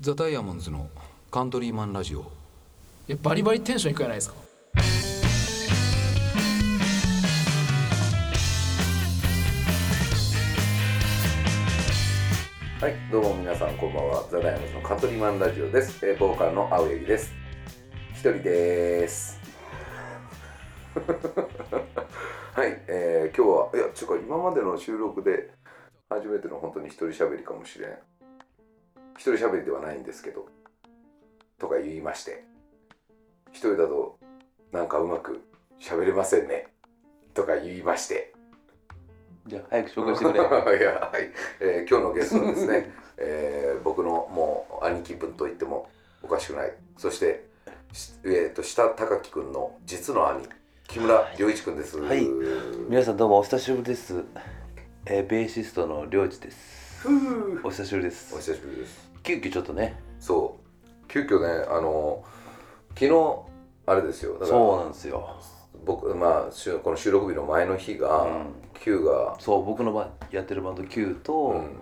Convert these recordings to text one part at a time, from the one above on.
ザ・ダイヤモンズのカントリーマンラジオいやバリバリテンションいくじゃないですかはい、どうも皆さんこんばんは。ザダイアムズのカトリマンラジオです。えー、ボーカルの青柳です。一人です。 はい、えー、今日はいや、ちゅうか今までの収録で初めての本当に一人喋りかもしれん。一人喋りではないんですけど、とか言いまして、一人だとなんかうまく喋れませんね、とか言いまして。じゃあ早く紹介してく れ。いや、はいえー今日のゲストはですね、 えー僕のもう兄貴分と言ってもおかしくないそして、しえー、と下高木君の実の兄木村良一君です、はい皆さんどうもお久しぶりです。えー、ベーシストのりょうじです。お久しぶりでおす。久しぶりです急遽ちょっとね。そう急遽ねあの昨日あれですよだからそうなんですよ。僕、まあ、しゅこの収録日の前の日が、うんキューが、そう僕のばやってるバンド Q と、うん、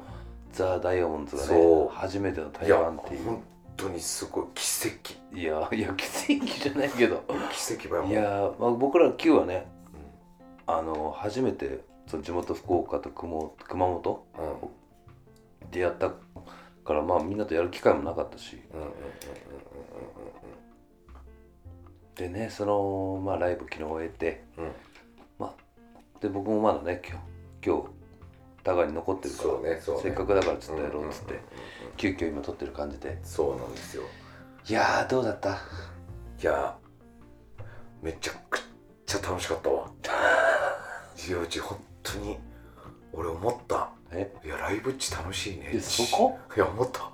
ザダイヤモンズがそうね初めてのい台や湾っていう。本当にすごい奇跡いやいや奇跡じゃないけど。奇跡ばよいやー、まあ、僕ら Q はね、あの初めてその地元福岡と熊熊本うんうんでやったからまあみんなとやる機会もなかったし。うんうんでねその、まあ、ライブ昨日終えて、うんまあ、で僕もまだね今日今日タガに残ってるからそうねそうねせっかくだからちょっとやろうっつって、うんうん急遽今撮ってる感じでそうなんですよいやーどうだったいやーめちゃくちゃ楽しかった わジオチ本当に俺思ったえいやライブっち楽しいねえそこいや思った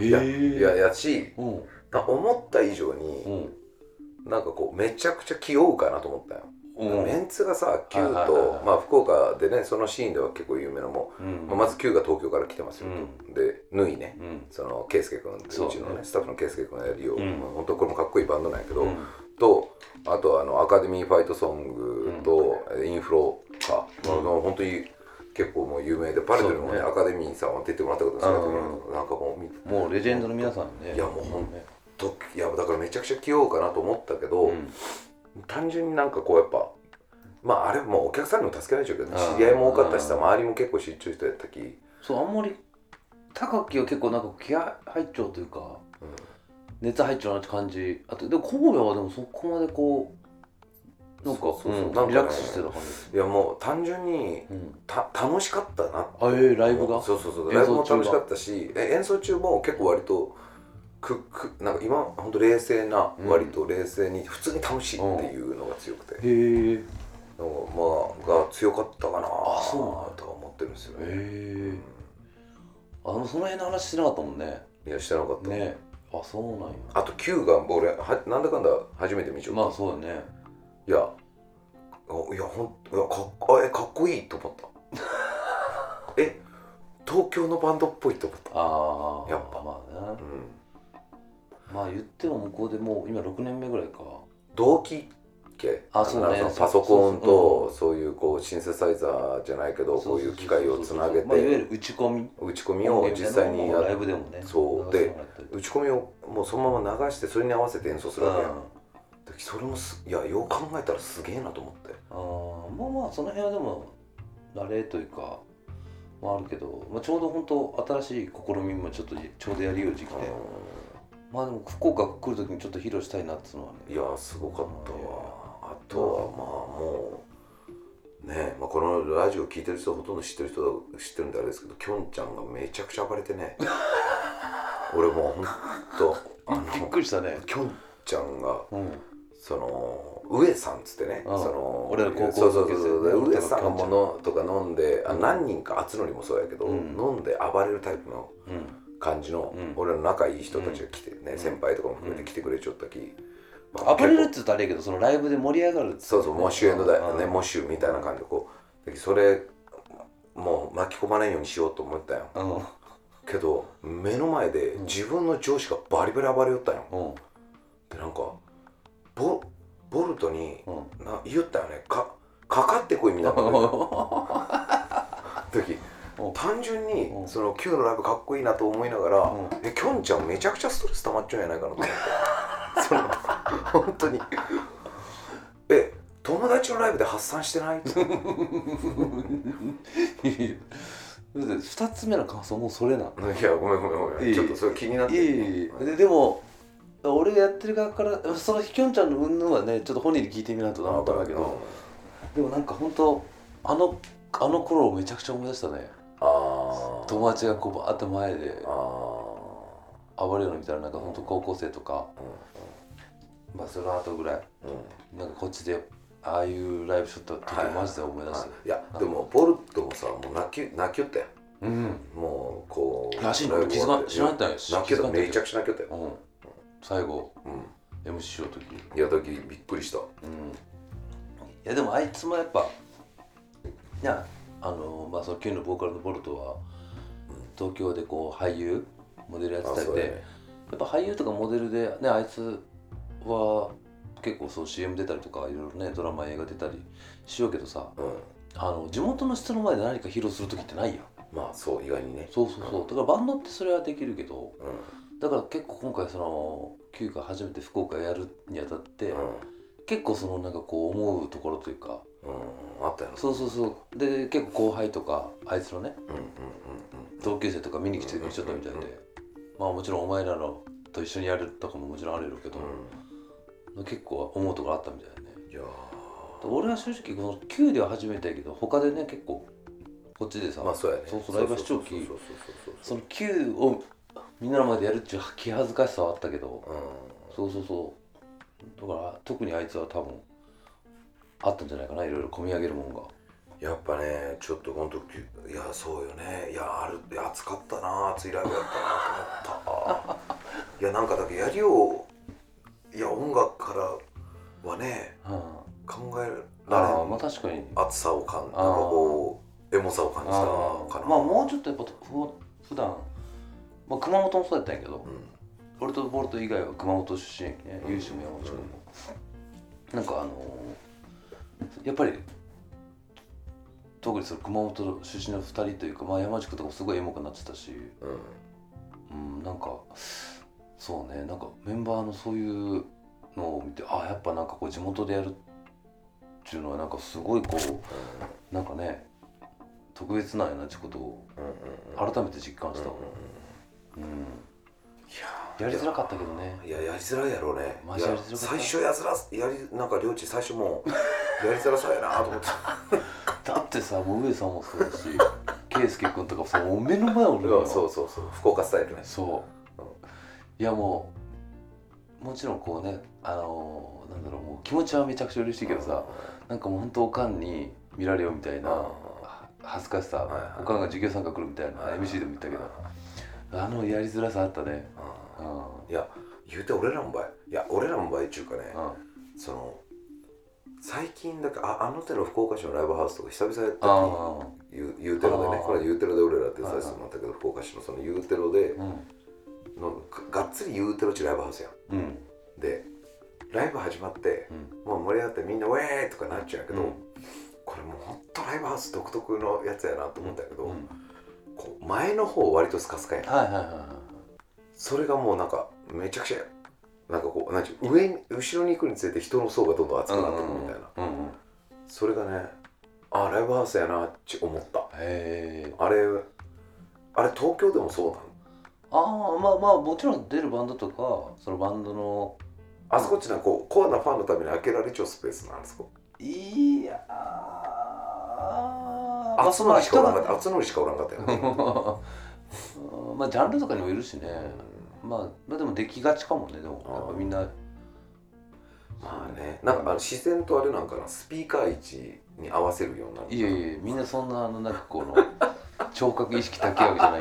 えいやいややしうんな思った以上うにんなんかこうめちゃくちゃ気負うかなと思ったよ、うんメンツがさ Q はいはいはいはといまあ福岡でねそのシーンでは結構有名なも、うんんまあまず Q が東京から来てますよ、うで縫いね、うんその圭介君ってそううちのねねスタッフの圭介君がやるよ、ううんまあ本当これもかっこいいバンドなんやけど、うんとあとあのアカデミーファイトソングと、えインフロか、うんの本当に結構もう有名でパレてるのもねそうねアカデミーさんは出てもらったことですけど、うなんかもうみもうレジェンドの皆さんねいやもうほんねといやだからめちゃくちゃ着ようかなと思ったけど、うん単純になんかこうやっぱまああれもうお客さんにも助けないでしょうけど、ねあー知り合いも多かったしさ周りも結構集中してやったき、うんそうあんまり高木は結構なんか気合入っちゃうというか熱入っちゃうなって感じあとでも神戸はでもそこまでこうなんかそうそうそううんなんかねリラックスしてた感じです、いやもう単純にうん、た楽しかったなってあえー、ライブがそうそうそう演ライ奏中がブも楽しかったしえ演奏中も結構割とくくなんか今本当冷静な、うん割と冷静に普通に楽しいっていうのが強くて、へえなんかまあが強かったかなあそうなんだとは思ってるんですよね、へえあのその辺の話してなかったもんねいやしてなかった、ねあそうなんやあと Q が俺はなんだかんだ初めて見ちゃった、まあそうだねいやあいやほんいやかっこえかっこいいと思った え東京のバンドっぽいと思ったああやっぱまあねうんまあ言っても向こうでもう今6年目ぐらいか同期系あそうだねのパソコンとそそういうこうシンセサイザーじゃないけどこういう機械をつなげまあ、いわゆてる打ち込み打ち込みを実際にややライっブでもねそう流してもらったり打ち込みをもうそのまま流してそれに合わせて演奏するうんわけよでそれもすいやよう考えたらすげえなと思ってあーまあまあその辺はでも慣れというかまああるけど、まあ、ちょうど本当新しい試みもちょっとちょうどやりよう時期でまあでも福岡来る時にちょっと披露したいなっていうのはねいやすごかったわあとはまあもうねまあ、このラジオ聞いてる人ほとんど知ってる人だ知ってるんであれですけどきょんちゃんがめちゃくちゃ暴れて ね俺もうほんとあのびっくりしたね。きょんちゃんがうん。その上さんっつってね、うんその俺ら高校そうそうそう同級生そう上さんきょんちゃんものとか飲んで、あうん何人か厚のりもそうやけど、うん飲んで暴れるタイプのうん。感じの、うん俺らの仲いい人たちが来てね、ん先輩とかも含めて来てくれちゃったき、まあ暴れる結っ構つったらあれやけど、そのライブで盛り上がるっつそうそうモッシュエンドだよね、うんモッシュみたいな感じでこうでそれもう巻き込まないようにしようと思ったようん。うん。けど目の前でうん自分の上司がバリバリ暴れよったよ、うでなんかボボルトにん。 な言ったよねかかかってこいみたいなこと言った時お単純にうんその Q のライブかっこいいなと思いながら、うんえきょんちゃんめちゃくちゃストレス溜まっちゃうんやないかなと思って その本当にえ友達のライブで発散してないと思って2つ目の感想もうそれなのいやごめんごめんごめいんいちょっとそれ気になっいてえいえいえででも俺がやってる側からそのひきょんちゃんの云々はねちょっと本人に聞いてみないとなと思ったんだけどでもなんか本当あのあの頃をめちゃくちゃ思い出したねあー友達がこうバーって前であ暴れるの見たらなんか本当高校生とか、まあその後ぐらいーうんなんかこっちでああいうライブショットの時はいマジで思い出した、いやでもボルトもさもう泣き泣きよったようんもうこうらしいライのブ気終づわっかて知らなかったよ泣きよっためちゃくくちゃ泣きよったよ、うん最後うん、 MC の時いやだけびっくりしたうんいやでもあいつもやっぱいやあのまあその Q のボーカルのボルトは東京でこう俳優モデルやってたりで、やねやっぱ俳優とかモデルでねあいつは結構そう CM 出たりとかいろいろねドラマ映画出たりしようけどさうんあの地元の人の前で何か披露する時ってないやんまあそう意外にねそうそうそうだからバンドってそれはできるけどうんだから結構今回その Q が初めて福岡やるにあたって、う結構そのなんかこう思うところというかんうんあったよなそうそうそうで結構後輩とかあいつのねうんうんうん同級生とか見に来てくれちゃったみたいでまあもちろんお前らのと一緒にやるとかももちろんあるやろうけど、う結構思うところあったみたいだねんいや俺は正直この Q では初めてやけど他でね結構こっちでさ、ーまあそうやねそうそうライブは視聴そう器そうそうそそうの Q をみんなの前でやるっちゅう気恥ずかしさはあったけどそううんそうそうそうだから特にあいつは多分あったんじゃないかないろいろ込み上げるもんがやっぱねちょっとこの時いやそうよねいやあるいや暑かったな暑いライブやったなと思 ったいやなんかだけどやりよういや音楽からはねうん考えらああれんまあ確かに暑さを感なんかあーこうエモさを感じたあかあなまあもうちょっとやっぱふ普段まあ熊本もそうやったんやけど、うん俺とボルト以外は熊本出身やけんねうん有志も山口君も、なんかあのーやっぱり特にその熊本出身の2人というか、まあ、山口君とかもすごいエモくなってたし、うんうん、なんかそうねなんかメンバーのそういうのを見てあやっぱなんかこう地元でやるっていうのはなんかすごいこうなんかね特別なんやなってことをうんうん改めて実感したわ、うん、いやりづらかったけどねいややりづらいやろうねマジいややりづらかった最初やづらすやりなんか領地最初もうやりづらそうやなと思ってだってさもう上さんもそうだし 圭佑君とかもさもう目の前 俺うはんそうそうそう福岡スタイルねそういやもうもちろんこうねあのーなんだろうもう気持ちはめちゃくちゃ嬉しいけどさ、なんかもうほんとおかんに見られよみたいな、うんは恥ずかしさ、いはいおかんが授業参加来るみたいな、MC でも言ったけど、あのやりづらさあったねううんん、いや言うて俺らの場合いや俺らの場合っちゅうかねうん、その最近だけああの手の福岡市のライブハウスとか久々やったあ時言う言うてろであねーこれ言うてろで俺らってさせてもらったけど福岡市のその言うてろであうんのががっつり言うてろっちゅうライブハウスやんうんでライブ始まってうんもう盛り上がってみんなウェーイとかなっちゃうんやけど、うんこれもうほんとライブハウス独特のやつやなと思うんだけど、うんこう前の方割とスカスカやんはいはいはいはそれがもうなんかめちゃくちゃなんかこうなんちゅう上に後ろに行くにつれて人の層がどんどんい厚くなってくるみたいな、うんうんうん、それがねあライブハウスやなって思ったへえあれあれ東京でもそうなのああまあまあもちろん出るバンドとかそのバンドのあそこっちなんかこうコアなファンのために開けられちゃうスペースなんですかいやあ熱のりしかおらんかったま熱のりしかおらんかったよ ね、あ まあジャンルとかにもいるしね、まあ、まあでもできがちかもねでもあーやっぱみんなまあねなんかあの自然とあれなんかなスピーカー位置に合わせるようになるいやいやいやみんなそんなあのなんかこの聴覚意識高いわけじゃな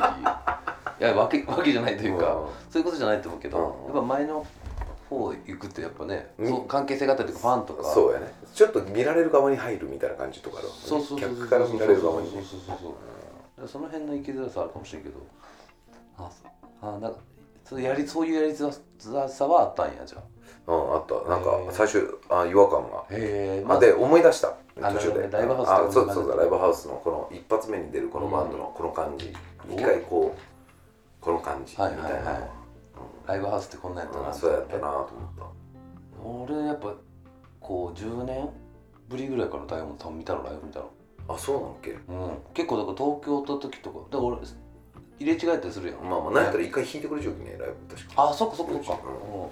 いいやわけわけじゃないというか、そういうことじゃないと思うけど、うんやっぱ前の方行くとやっぱね、うんそう関係性があったりとかファンとうんかそうやねちょっと見られる側に入るみたいな感じとかあるわねそうそうそうそう客から見られる側にそうねそうそうそうだからその辺の生きづらさあるかもしれんけどあそうあなんかそうやりそういうやりづらさはあったんやじゃあうんあったなんへーか最初あ違和感がへえあで思い出した途中あなるほでどライブハウスあとかそうそうそうライブハウスのこの一発目に出るこのバンドのこの感じ、一回こうこの感じみたはいいはいなはいのはライブハウスってこんなんやったうんなあそうやったなと思った俺やっぱこう10年ぶりぐらいからダイヤモンド見たのライブ見たのあそうなのっけうん結構だから東京行った時とかだから俺入れ違えたりするやんまあまあなんやったら一回弾いてくれちゃうけどねライブ確かあそっかそっかそっか、ううん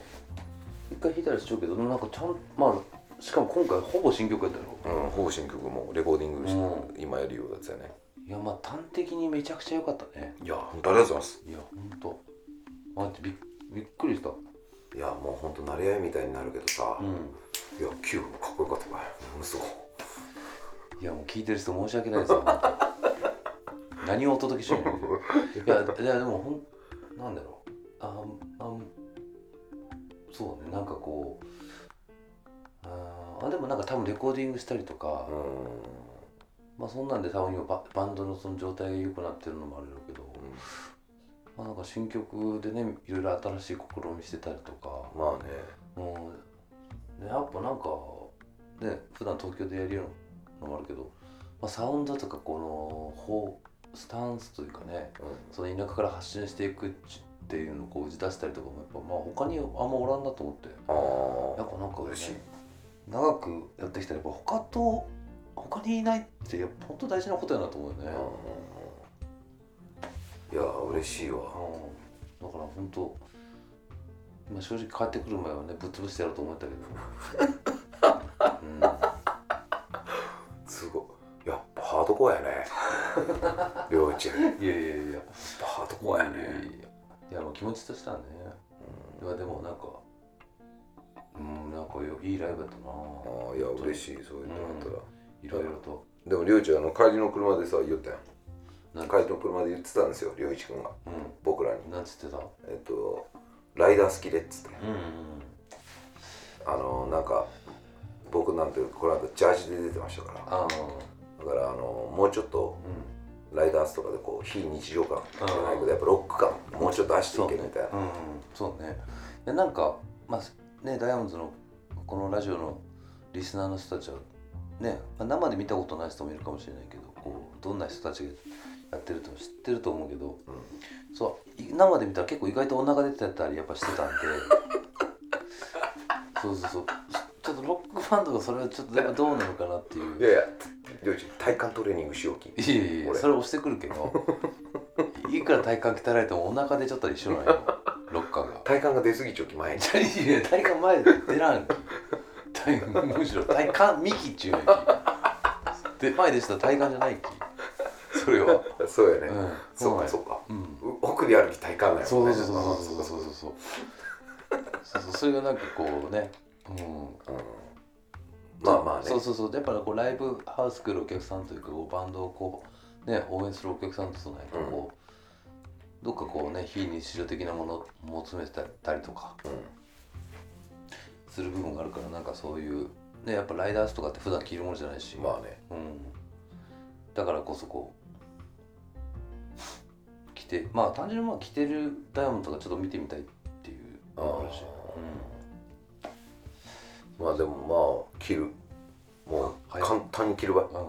一回弾いたりしちゃうけどなんかちゃんまあしかも今回ほぼ新曲やったやろうんほぼ新曲もレコーディングしう今やるようだったよねいやまあ端的にめちゃくちゃ良かったねいや本当ありがとうございますいやほんとマジびっびっくりしたいやもう本当慣れ合いみたいになるけどさ、ういんやキューブかっこよかったから嘘いやもう聞いてる人申し訳ないですよ本当何をお届けしようかいやいやでもほんなんだろうあんあんそうねなんかこうあーあでもなんか多分レコーディングしたりとか、うんまあそんなんで多分今ババンドのその状態が良くなってるのもあるやろうけど、まあなんか新曲でねいろいろ新しい試みしてたりとか、まあねうん、でやっぱなんかね普段東京でやるようなのもあるけど、まあ、サウンドとかこの方スタンスというかねうその田舎から発信していくっていうのをこう打ち出したりとかもやっぱまあ他にあんまおらんなと思ってんやあっぱなんか、ね嬉しい、長くやってきたらやっぱ他と他にいないってやっぱ本当大事なことやなと思うよね、あいや嬉しいわうんだから本当まあ正直帰ってくる前はねぶっ潰してやろうと思ったけ ど、すごいやっぱハードコアやね 両一やっうん、いやいやいやぱハードコアやねいやもう気持ちとしてはねいやでもなんかうんなんかよいいライブだったなああいや嬉しいそう言ってもらったら、いろいろとでもりょうちゃんあの帰りの車でさ言ったやんなんか帰りの車で言ってたんですよりょういちくんがう僕らにんなんつってたえっとライダー好きでっつってうんうんあのなんか僕なんてこの間ジャージで出てましたからああだからあのもうちょっとうんライダースとかでこう非日常感じゃないけどやっぱロック感もうちょっと足していけみたいな、うんうんそうねいやなんかまあねダイヤモンドのこのラジオのリスナーの人たちはね、まあ、生で見たことない人もいるかもしれないけどこうどんな人たちがやってるっての知ってると思うけど、そうい生で見たら結構意外とお腹出てたりやっぱしてたんでそうそうそうちょっとロックバンドがそれはちょっとでもどうなのかなっていういやいやりょうちん体幹トレーニングしようきいやいやいや俺それ押してくるけどいくら体幹鍛えてもお腹出ちゃったら一緒なんよロッカーが。体幹が出過ぎちょき前にいや体幹前で出らん体むしろ体幹幹っちゅうねんきで前でしたら体幹じゃないきそれはそうやね、うんそうなんかやそうかうんう奥で歩き体幹だよねそうそうそうそううそうそうそうそうそうそれがなんかこうねうんそう、うん、まあまあねそうそうそうやっぱりこうライブハウス来るお客さんというかこうバンドをこうね応援するお客さんとそのやっぱこう、どっかこうね非日常的なものも詰めてたりとかうする部分があるからなんかそういう、ね、やっぱライダースとかって普段着るものじゃないし、ん、まあねうん、だからこそこう着てまあ単純にまあ着てるダイヤモンドとかちょっと見てみたいっていうのもあるしあまあでもまあ切るもうはい簡単に切るわうん、まあ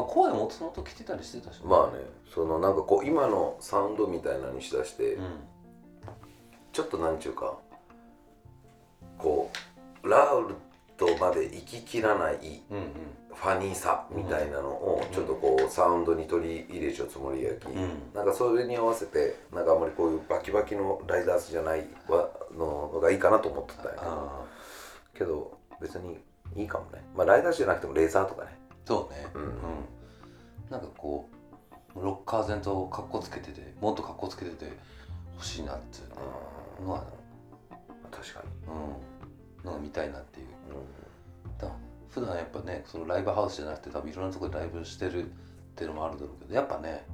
も声もそのと着てたりしてたし、うまあねそのなんかこう今のサウンドみたいなのにしだして、うちょっとなんちゅうかこうラウドまで行ききらないん、うんうんファニーさみたいなのをちょっとこうサウンドに取り入れちゃうつもりやき、んなんかそれに合わせてなんかあんまりこういうバキバキのライダースじゃないわのがいいかなと思ってたんやけどああけど別にいいかもねまあライダースじゃなくてもレーザーとかねそうねうんうん、なんかこうロッカー全とかっこつけててもっとかっこつけてて欲しいなっていううんのは、確かに、うん、のが見たいなっていうだ普段やっぱねそのライブハウスじゃなくて多分いろんなところでライブしてるっていうのもあるだろうけどやっぱね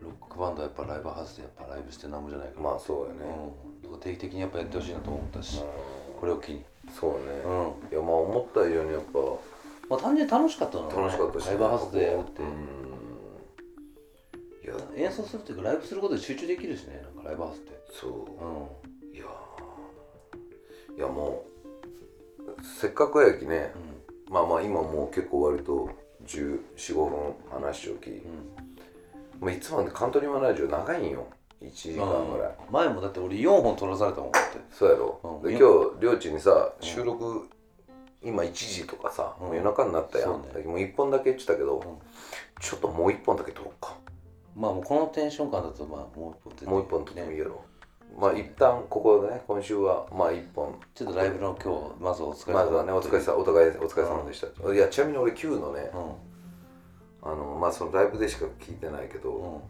ロックバンドはやっぱライブハウスでやっぱライブしてなんもじゃないから、まあそうやね、うん、定期的にやっぱやってほしいなと思ったし、これを機に、そうね、うんいやまあ思ったようにやっぱまあ、単純に楽しかったの楽しかったし、ライブハウスでやるって、うんいや演奏するっていうかライブすることで集中できるしねなんかライブハウスってそうういやーいやもうせっかくやきねんまあまあ今もう結構割と1415分話を聞き、まあ、いつもカントリーマンラジオ長いんよ1時間ぐらい、前もだって俺4本撮らされたもんだってそうやろ、うんで今日りょうちにさ収録、今1時とかさ、うんもう夜中になったやん、そうねもう1本だけ言ってたけど、んちょっともう1本だけ撮ろうかまあもうこのテンション感だとまあもう一本もう1本撮ってもいいねやろ、まあ一旦ここでね今週はまあ1本ちょっとライブの今日まずお疲れ様まずはねお疲れさお互いお疲れ様でした、いやちなみに俺 Q のね、うんあのまあそのライブでしか聞いてないけど、うん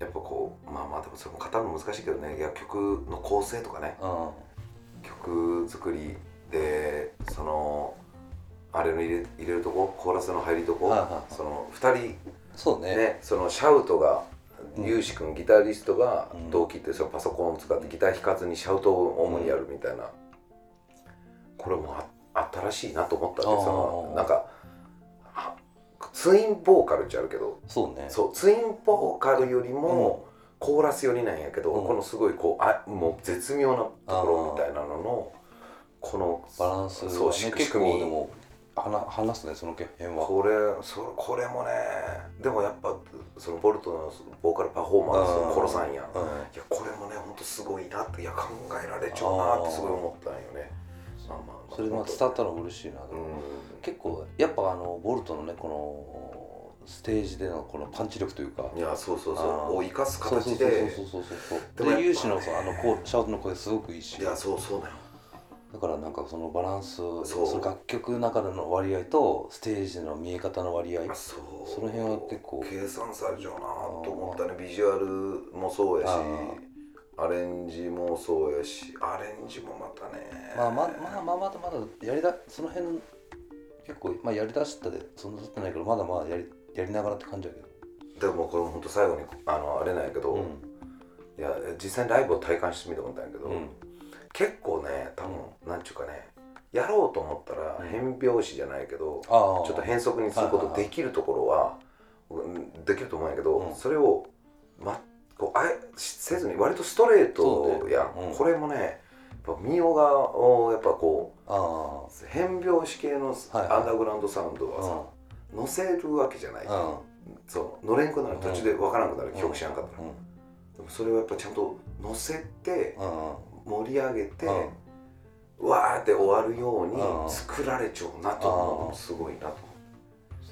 やっぱこうまあまあでもそれも語るの難しいけどねいや曲の構成とかねうん曲作りでそのあれの入れ入れるとこコーラスの入りとこ、はいはいはいその2人そうねねそのシャウトが、うんゆうし君ギタリストがうん同期ってそのパソコンを使ってギター弾かずにシャウトを主にやるみたいな、これもあ新しいなと思ったんであーそのなんかはツインボーカルっちゃあるけどそうねそうツインボーカルよりもコーラス寄りなんやけど、うんこのすごいこうあもう絶妙なところみたいなののこのバランスはねそう仕組み結構でも話話すねその辺はこれそこれもねでもやっぱそのボルトのボーカルパフォーマンスのコロさんやん、いうんやこれもねほんとすごいなっていや考えられちゃうなってすごい思ったんよねまあまあまあそれが伝わったの嬉しいなうん結構やっぱあのボルトのねこのステージでのこのパンチ力というかいやそうそうあーそうを生かす形でそうそうそうそうでそうもやっぱで有志のそうあのこうシャウトの声すごくいいしいやそうそうだよだからなんかそのバランスそそうの楽曲の中での割合とステージの見え方の割合そうその辺は結構計算されちゃうなと思ったねビジュアルもそうやしアレンジもそうやしアレンジもまたねまあままあまあまだまだやりだその辺結構まあやりだしたでそんな経ってないけどまだまだやりやりながらって感じだけどでもこれ本当最後にあのあれなんやけど、うんいや実際にライブを体感してみて思ったんやけど、うん結構ね多分、なんちゅうかねやろうと思ったらうん変拍子じゃないけど、ああちょっと変則にすることできるところは、うんできると思うんやけど、それを、ま、こうあえせずに割とストレートやん、そうねうんこれもねやっぱミオがおやっぱこうああ変拍子系のはいはいアンダーグラウンドサウンドはさ、乗せるわけじゃない、うんそう乗れんくなる途中でわからんくなる、うん曲しなかったら、うんでもそれはやっぱちゃんと乗せてうん盛り上げて、うんわーって終わるよううんに作られちゃうなと思うのすごいなと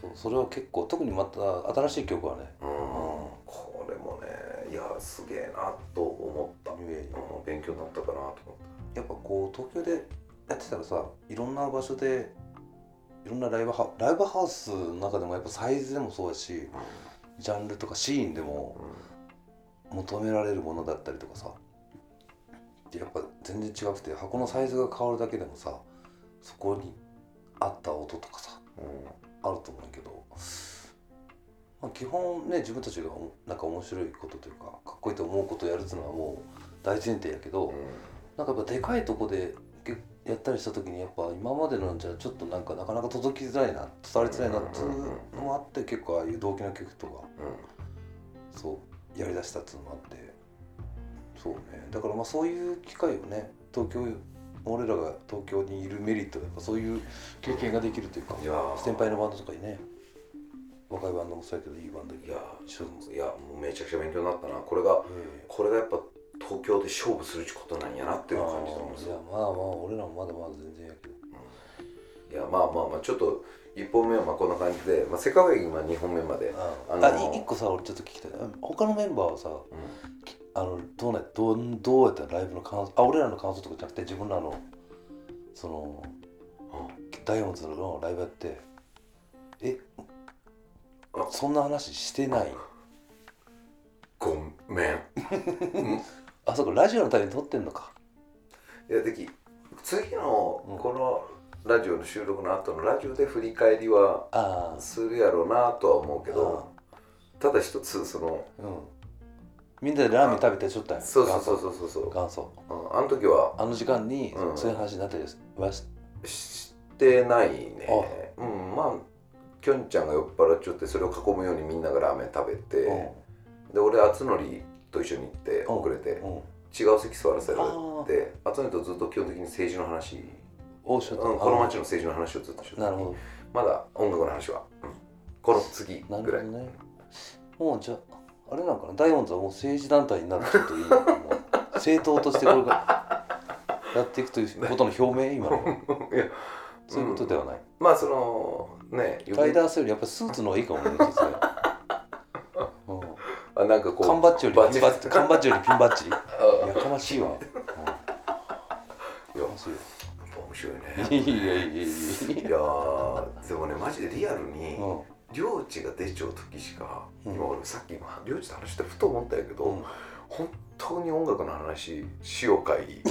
そうそれは結構特にまた新しい曲はね思う、うん、これもねいやすげえなと思った、うん、いやいや勉強になったかなと思っやっぱこう東京でやってたらさいろんな場所でいろんなライブハライブハウスの中でもやっぱサイズでもそうだしジャンルとかシーンでもた、求められるものだったりとかさやっぱ全然違くて箱のサイズが変わるだけでもさそこに合った音とかさうんあると思うんだけど、まあ、基本ね自分たちがおなんか面白いことというかかっこいいと思うことをやるっていうのはもう大前提やけど、なんかやっぱでかいとこでけやったりした時にやっぱ今までのじゃちょっとなんかなかなか届きづらいな伝わりづらいなっていうのもあって結構ああいう動機の曲とかそうやりだしたっていうのもあってそうねだからまあそういう機会をね東京俺らが東京にいるメリットはやっぱそういう経験ができるというかいやー先輩のバンドとかにね若いバンドもそうやけどいいバンドにいや一緒にいやもうめちゃくちゃ勉強になったなこれがえこれがやっぱ東京で勝負することなんやなっえていう感じだもんいやまあまあ俺らもまだまだ全然やけどいやまあまあまあちょっと1本目はまあこんな感じで、まあ、せっかく今2本目まで、ああののあい一個さ俺ちょっと聞きたいあ他のメンバーはさうんあのどうなどうどうやったライブの感想あ俺らの感想とかじゃなくて自分らのそのダイヤモンドのライブやってえあそんな話してないごめんあそうかラジオのために撮ってんのかいやでき次のこのラジオの収録の後のラジオで振り返りはああするやろうなとは思うけどただ一つそのうんみんなでラーメン食べてちょっとやそうそうそうそうそう元祖元祖うんあの時はあの時間に、うんそういう話になったりはししてないねうんまあきょんちゃんが酔っ払っちゃってそれを囲むようにみんながラーメン食べてで俺敦典と一緒に行って遅れてうんうん違う席座らせらあれて敦典とずっと基本的に政治の話おおっしゃうんったこの町の政治の話をずっとしてたなるほまだ音楽の話は、うんこの次どなぐるらほい、どねもうじゃああれなのかな大音図はもう政治団体になるちょっと今もう政党としてこれからやっていくということの表明今の はいやそういうことではない、まあそのねライ余計ダースよりやっぱスーツの方がいいかもね実は、 うん、あなんかこう缶バッジよりピバッンチバッジ缶バッジよりピンバッジ あやかましいわ、うん、いや面白い面白いねいやいやいやいいやーでもねマジでリアルにや。うん。領地が出ちゃう時しか、うん今俺さっき今領地の話してふと思ったんやけど、うん本当に音楽の話しようかい領地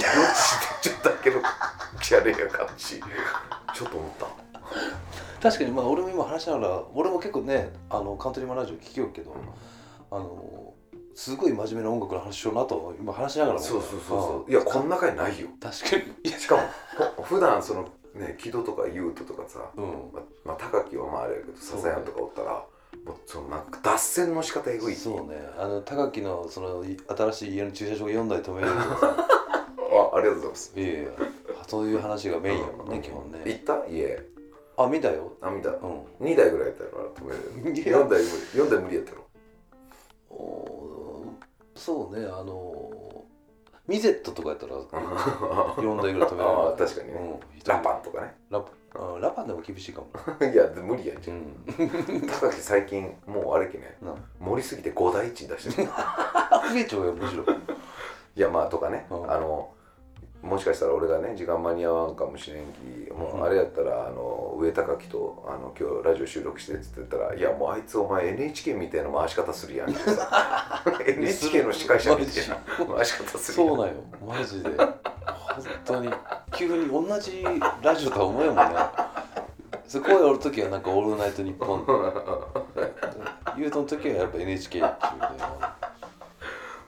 出ちゃったけどじゃねえやかしちょっと思った確かにまあ俺も今話しながら俺も結構ねあのカントリーマンラジオ聞きよるけど、あのすごい真面目な音楽の話しようなと今話しながらもそうそうそうそういやこんな回ないよああ確かにいやしかもほ普段そのね木戸とか優斗とかさ、うんままあ高木はまああれやけど笹山とかおったらもうそのなんか脱線の仕方えぐいそうねあの高木のそのい新しい家の駐車場が4台止めるとか さあありがとうございますいやいやそういう話がメインやもんね、うん基本行ねった家あ見たよ涙うん2台ぐらいやったよな止めるいや4台無理4台無理や ったよおーそうねあのミゼットとかやったらあ4台ぐらい止められ ある確かにうねん、ラパンとかねラパラパンでも厳しいかもな、いや無理やんじゃうん、ん高木最近もうあれきね な盛りすぎて5台1出してる増えちゃうよむしろいやまあとかねあうんのもしかしたら俺がね時間間に合わんかもしれんきもうんうあれやったらあの上高木とあの今日ラジオ収録してっつってたら「いやもうあいつお前 NHK みたいな回し方するやん」みたい な NHK の司会者みたいな回し方するやそんうなんよマジで本当に急に同じラジオとは思えんもんなそこへおる時はなんか「オールナイトニ ッポン」言うとの時はやっぱ NHK っていうね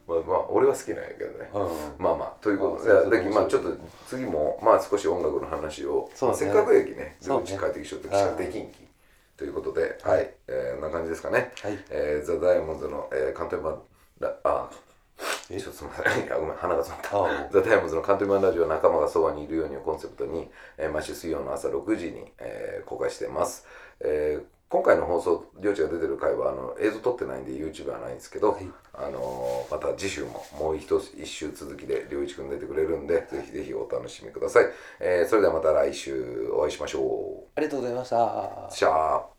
まあまあ俺は好きなんやけどねうんまあまあということであだそうからまあちそょうっと次もまあ少し音楽の話を、そうねせっかくやきねそうね全部帰ってきちゃってきちゃってきんきということではい、えー、こんな感じですかね、はいえー、ザ・ダイヤモンドの、えー、カントリーマンラあえちょっとすみませんいやごめん鼻が詰まったああザ・ダイヤモンドのカントリーマンラジオ仲間がそばにいるようにをコンセプトに、えー毎週水曜の朝6時に、えー公開してます、えー今回の放送、りょうちが出てる回はあの映像撮ってないんで YouTube はないんですけど、はいあのーまた次週ももう一つ一週続きでりょういちくん出てくれるんで、ぜひぜひお楽しみください、えーそれではまた来週お会いしましょありがとうございましたう。シャープ